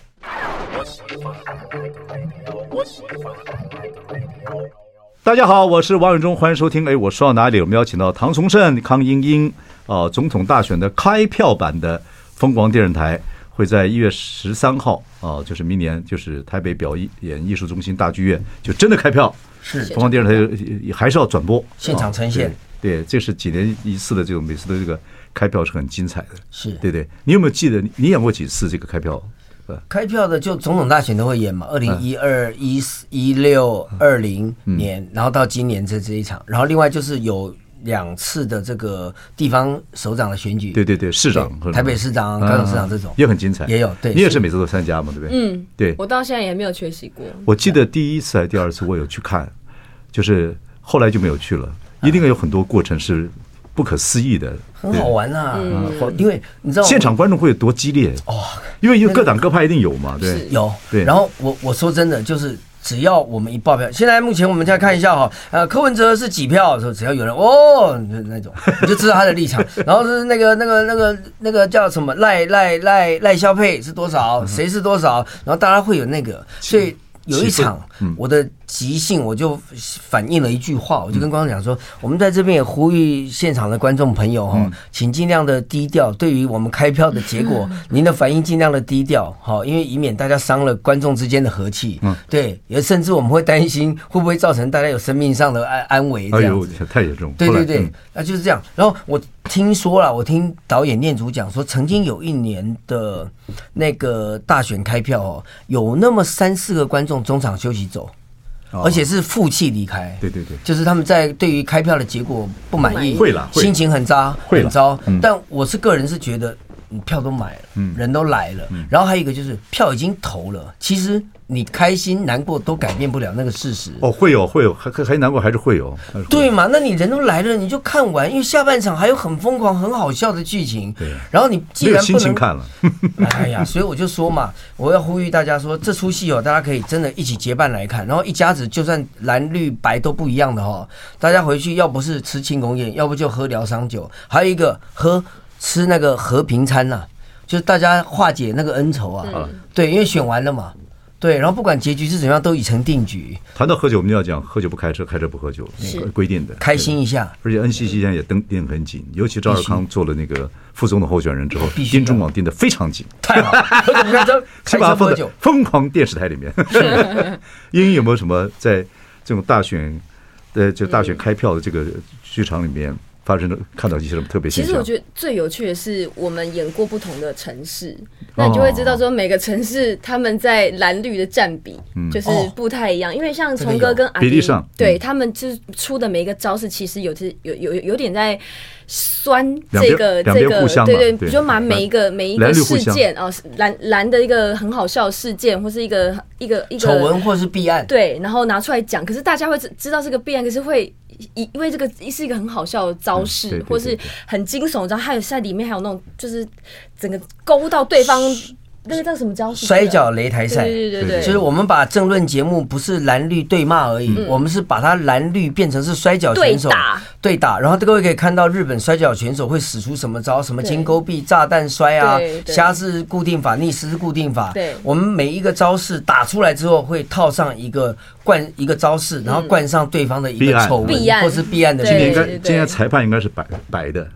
A: 大家好，我是王永忠，欢迎收听。哎，我说到哪里？我们邀请到唐崇盛、康英英，啊、总统大选的开票版的疯狂电视台会在一月十三号啊、就是明年，就是台北表演艺术中心大剧院，就真的开票。
B: 是
A: 疯狂电视台也也还是要转播，
B: 现场呈现
A: 啊对，对这是几年一次的这种每次的这个开票是很精彩的。
B: 是
A: 对对，你有没有记得你你演过几次这个开票？呃，
B: 开票的就总统大选都会演嘛，二
A: 嗯
B: 零一二、一四、一六、二零年，然后到今年这这一场，然后另外就是有两次的这个地方首长的选举，
A: 对对对，市长和
B: 台北市长、高雄市长这种
A: 啊也很精彩，
B: 也有对
A: 你也
B: 是
A: 是每次都参加嘛，对不对？
C: 嗯，
A: 对，
C: 我到现在也没有缺席过。
A: 我记得第一次还是第二次我有去看，就是后来就没有去了，一定有很多过程是不可思议的，
B: 啊很好玩呐、因为你知道
A: 对。嗯现场观众会有多激烈哦，因为因为各党各派一定有嘛，对
C: 是，
B: 有，
A: 对
B: 然后我我说真的，就是只要我们一报票，现在目前我们再看一下哈，呃，柯文哲是几票的时候，只要有人哦就那种，你就知道他的立 场。然后是那个那个那个那个叫什么赖赖赖赖肖佩是多少，谁是多少，然后大家会有那个，所以。有一
A: 嗯气氛
B: 场，
A: 嗯
B: 我的即兴我就反映了一句话，我就跟观众讲
A: 嗯
B: 说，我们在这边也呼吁现场的观众朋友哈，请尽量的低调，对于我们开票的 结果，您的反应尽量的低调哈，因为以免大家伤了观众之间的和气。
A: 嗯
B: 对，也甚至我们会担心会不会造成大家有生命上的安安危这
A: 哎
B: 样
A: 呦
B: 子。，
A: 太严重，
B: 对
A: 后来
B: 对对
A: 嗯，
B: 那就是这样。然后我听说了，我听导演念祖讲说，曾经有一年的那个大选开票哦，有那么三四个观众中场休息走，而且是负气离开。
A: 哦对对对
B: 就是他们在对于开票的结果不满意，
A: 会啦会
B: 心情很渣，
A: 会啦
B: 很糟
A: 嗯。
B: 但我是个人是觉得，你票都买了，人都来了，
A: 嗯
B: 然后还有一个就是票已经投了，其实你开心难过都改变不了那个事实。
A: 哦，会有会有，还还还难过还是会有，还是会有
B: 对嘛？那你人都来了，你就看完，因为下半场还有很疯狂、很好笑的剧情。
A: 对
B: 然后你既
A: 没有
B: 然
A: 心
B: 不
A: 情
B: 能，
A: 看了，
B: 哎呀，所以我就说嘛，我要呼吁大家说，这出戏哦，大家可以真的一起结伴来看，然后一家子就算蓝绿白都不一样的哦，大家回去要不是吃庆功宴，要不就喝疗伤酒，还有一个喝吃那个和平餐呐、就是大家化解那个恩仇啊。对，因为选完了嘛。对，然后不管结局是怎么样，都已成定局，
A: 谈到喝酒，我们就要讲喝酒不开车，开车不喝酒，
C: 是
A: 规规定的。
B: 开心一下。
A: 而且 NCC 现在也盯盯很紧，尤其赵尔康做了那个副总统候选人之后，
B: 必须的
A: 盯中广盯得非常紧，
B: 太好了， 喝酒不开车，开
A: 是把它
B: 车不
A: 放
B: 喝
A: 在
B: 酒。
A: 疯狂电视台 里面。英英有没有什么在这种大选，呃，就大选开票的这个剧场里面发生的，看到一些什么特别
C: 其
A: 现
C: 实
A: 象
C: 我？觉得最有趣的是，我们演过不同的城市，
A: 哦
C: 那你就会知道说每个城市他们在蓝绿的占比
A: 嗯
C: 就是
B: 哦
C: 不太一样。因为像
B: 这个
C: 从哥
B: 有
C: 跟阿
A: 比例
C: 迪
A: 上嗯
C: 对他们就是出的每一个招式，其实有是有有有有点在酸
A: 两边
C: 这个
A: 两
C: 这
A: 边
C: 个
A: 互相嘛对
C: 对对，就把每一个每一
A: 蓝
C: 个
A: 绿互
C: 事
A: 相
C: 件哦，是蓝蓝的一个很好笑的事件，或是一个一个一个
B: 丑闻或是弊案，
C: 对，然后拿出来讲，可是大家会知知道这个必然，可是会因因为这个是一个很好笑的招式，
A: 嗯对对
C: 或
A: 对
C: 是
A: 对
C: 很惊悚，然后还有在里面还有那种就是整个勾到对方那个叫什么招式？
B: 摔跤擂台
C: 对
B: 赛。
C: 对对对
A: 对
C: 对，
B: 就是我们把政论节目不是蓝绿对骂而已，我们是把它蓝绿变成是摔跤选手
C: 嗯对打
B: 对打，然后各位可以看到日本摔跤选手会使出什么招，什么
C: 对
B: 金钩臂、炸弹摔啊
C: 对，对
B: 虾式固定法、逆时式固定法。
C: 对
B: 我们每一个招式打出来之后，会套上一个冠一个招式，然后冠上对方的一
A: 弊
B: 个
A: 案
B: 丑闻
C: 嗯弊案
B: 或是弊案的
C: 对
A: 今年应
B: 名字。
A: 该
C: 对对
A: 今年裁判应该是白白的，呃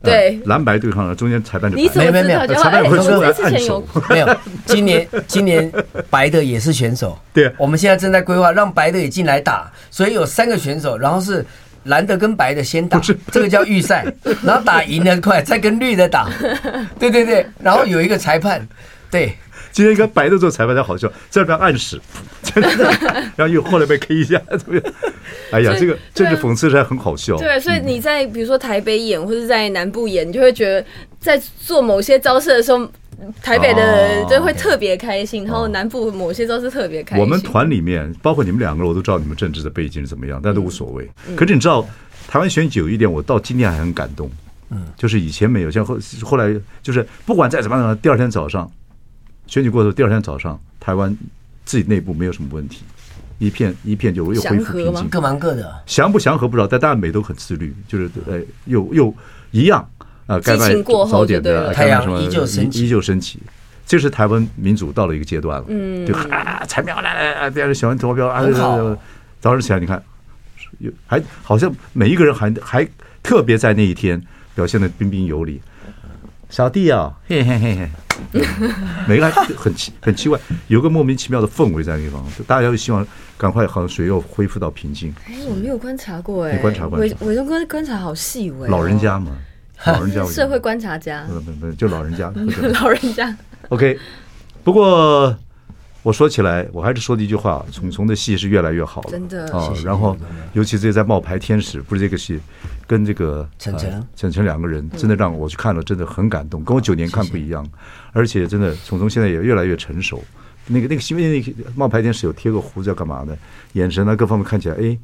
C: 对
A: 蓝白对抗了，中间裁判就
C: 你
A: 白
C: 怎
A: 的。
C: 么
B: 没有
C: 知
B: 没有
C: 道？
B: 没
C: 就
A: 有裁判会出来
C: 要哎我之前
A: 按
C: 有
A: 手，
B: 没有，今年今年白的也是选手。
A: 对
B: 我们现在正在规划让白的也进来打，所以有三个选手，然后是蓝的跟白的先打，这个叫预赛，然后打赢了快再跟绿的打，对对对，然后有一个裁判，对，
A: 今天应该白的做裁判才好笑，在那边暗示， 然后又后来被 K 一下，怎么样？哎呀，
C: 所以
A: 这个
C: 对
A: 政
C: 啊
A: 治讽刺实在很好笑。
C: 对，啊所以你在比如说台北演或者在南部演，你就会觉得在做某些招式的时候。台北的
A: 哦
C: 就会特别开心，然后
A: 哦
C: 南部某些招式特别开心。
A: 我们团里面，包括你们两个，我都知道你们政治的背景是怎么样，但
C: 嗯
A: 都无所谓。可是你知道，台湾选举有一点，我到今天还很感动。嗯，就是以前没有，像后后来就是不管再怎么样，第二天早上选举过后，第二天早上台湾自己内部没有什么问题，一片一片就又恢
C: 祥
A: 复
C: 和
A: 平
C: 吗
A: 静。
B: 各忙各的，啊
A: 祥不祥和不知道，但大家美都很自律，就是呃，又又一样呃，该
C: 激
A: 卖
C: 情过后
A: 早点
C: 就对
A: 的呃
C: 了
A: 该卖
B: 太阳
A: 什么
B: 依旧升起
A: 依旧升起。这是台湾民主到了一个阶段了，嗯，就啊，彩票来来来，第二小人投票啊
B: 很好，
A: 早上起来你看，有还好像每一个人还还特别在那一天表现的彬彬有礼。小弟啊，嘿嘿嘿嘿，每个人很奇很奇怪，有个莫名其妙的氛围在那地方，大家又希望赶快好像水又恢复到平静。
C: 哎，我没有观察过哎、
A: 你观察观
C: 伟
A: 察
C: 伟忠哥观察好细微、哦，
A: 老人家嘛，嗯老人家我觉得
C: 哎社会观察家，
A: 不不不，就老人家。就这样
C: 老人 家
A: OK，不过我说起来，我还是说的一句话：虫虫的戏是越来越好了，
C: 真的
A: 啊
C: 谢。
A: 然后，尤其这在《冒牌天使》不是这个戏，跟这个
B: 晨晨
A: 呃晨晨两个人，
B: 嗯
A: 真的让我去看了，真的很感动，跟我九年看不一样。而且真的，虫虫现在也越来越成熟。那个那个新闻，那个冒牌天使有贴个胡子要干嘛的？眼神啊，各方面看起来，哎，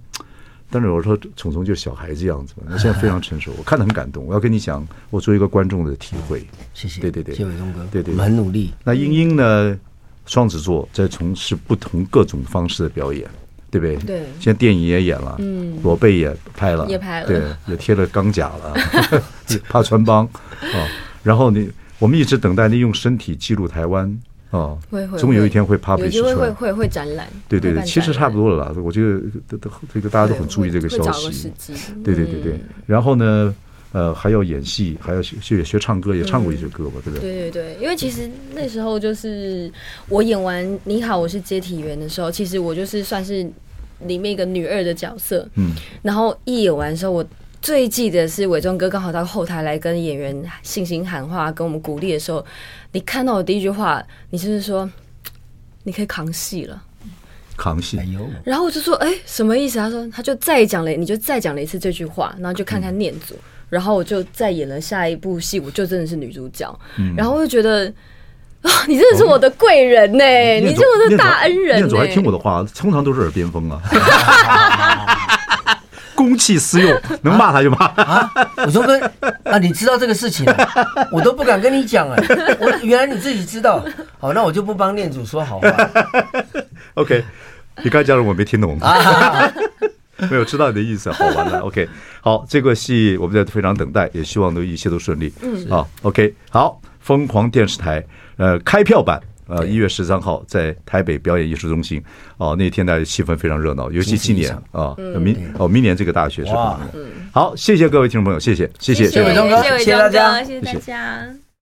A: 但是我说虫虫就是小孩子样子嘛，那现在非常成熟，我看得很感动。我要跟你讲，我作为一个观众的体会，
B: 谢谢，
A: 对对对
B: 谢谢伟东哥，
A: 对对对
B: 我们很努力，
A: 那英英呢，双子座在从事不同各种方式的表演，对不对？
C: 对
A: 现在电影也演了，嗯，裸背也拍了，
C: 也拍了
A: 对，也贴了钢甲了， 怕穿帮啊。然后你，我们一直等待你用身体记录台湾啊，
C: 会会，
A: 终有一天会 publish
C: 有机会
A: 出
C: 会
A: 来。
C: 会会展览，
A: 对对
C: 会
A: 对，
C: 办
A: 其实
C: 展
A: 差
C: 览
A: 不多了啦。我觉得这这这个大家都很注意这个消
C: 会会找
A: 息。
C: 个时嗯机，
A: 对对对对，然后呢，呃，还要演戏，还要学学学唱歌，也唱过一些歌吧，对不对？
C: 嗯对对对，因为其实那时候就是我演完《你好，我是接体员》的时候，其实我就是算是里面一个女二的角色。
A: 嗯，
C: 然后一演完的时候，我最记得是伟忠哥刚好到后台来跟演员信心喊话，跟我们鼓励的时候，你看到我第一句话，你就是说你可以扛戏了。
A: 扛戏
B: 哎，呦，
C: 然后我就说，哎，什么意思？他说，他就再讲了，你就再讲了一次这句话，然后就看看念祖。然后我就再演了下一部戏，我就真的是女主角。
A: 嗯
C: 然后我就觉得，啊，你真的是我的贵人呢、哎你
A: 念祖
C: 是我的大恩人、呢
A: 念祖还听我的话，通常都是耳边风 啊。公器私用，能骂他就骂。
B: 啊，我说哥啊，你知道这个事情、啊，我都不敢跟你讲哎、我原来你自己知道，好，那我就不帮念祖说好话，
A: OK，你刚才讲的我没听懂， 没有知道你的意思，好玩了。OK，好，这个戏我们在非常等待，也希望都一切都顺利。嗯，好，OK，好，疯狂电视台，呃，开票版呃，一月十三号在台北表演艺术中心，哦，那天大家气氛非常热闹，尤其今年啊，明哦明年这个大学是很
B: 哇
A: 好，谢谢各位听众朋友，谢谢，谢谢，
C: 谢
A: 谢
C: 伟
A: 谢
B: 忠哥
C: 谢伟
B: 谢谢
C: 忠
B: 大家
C: 哥，谢谢大家。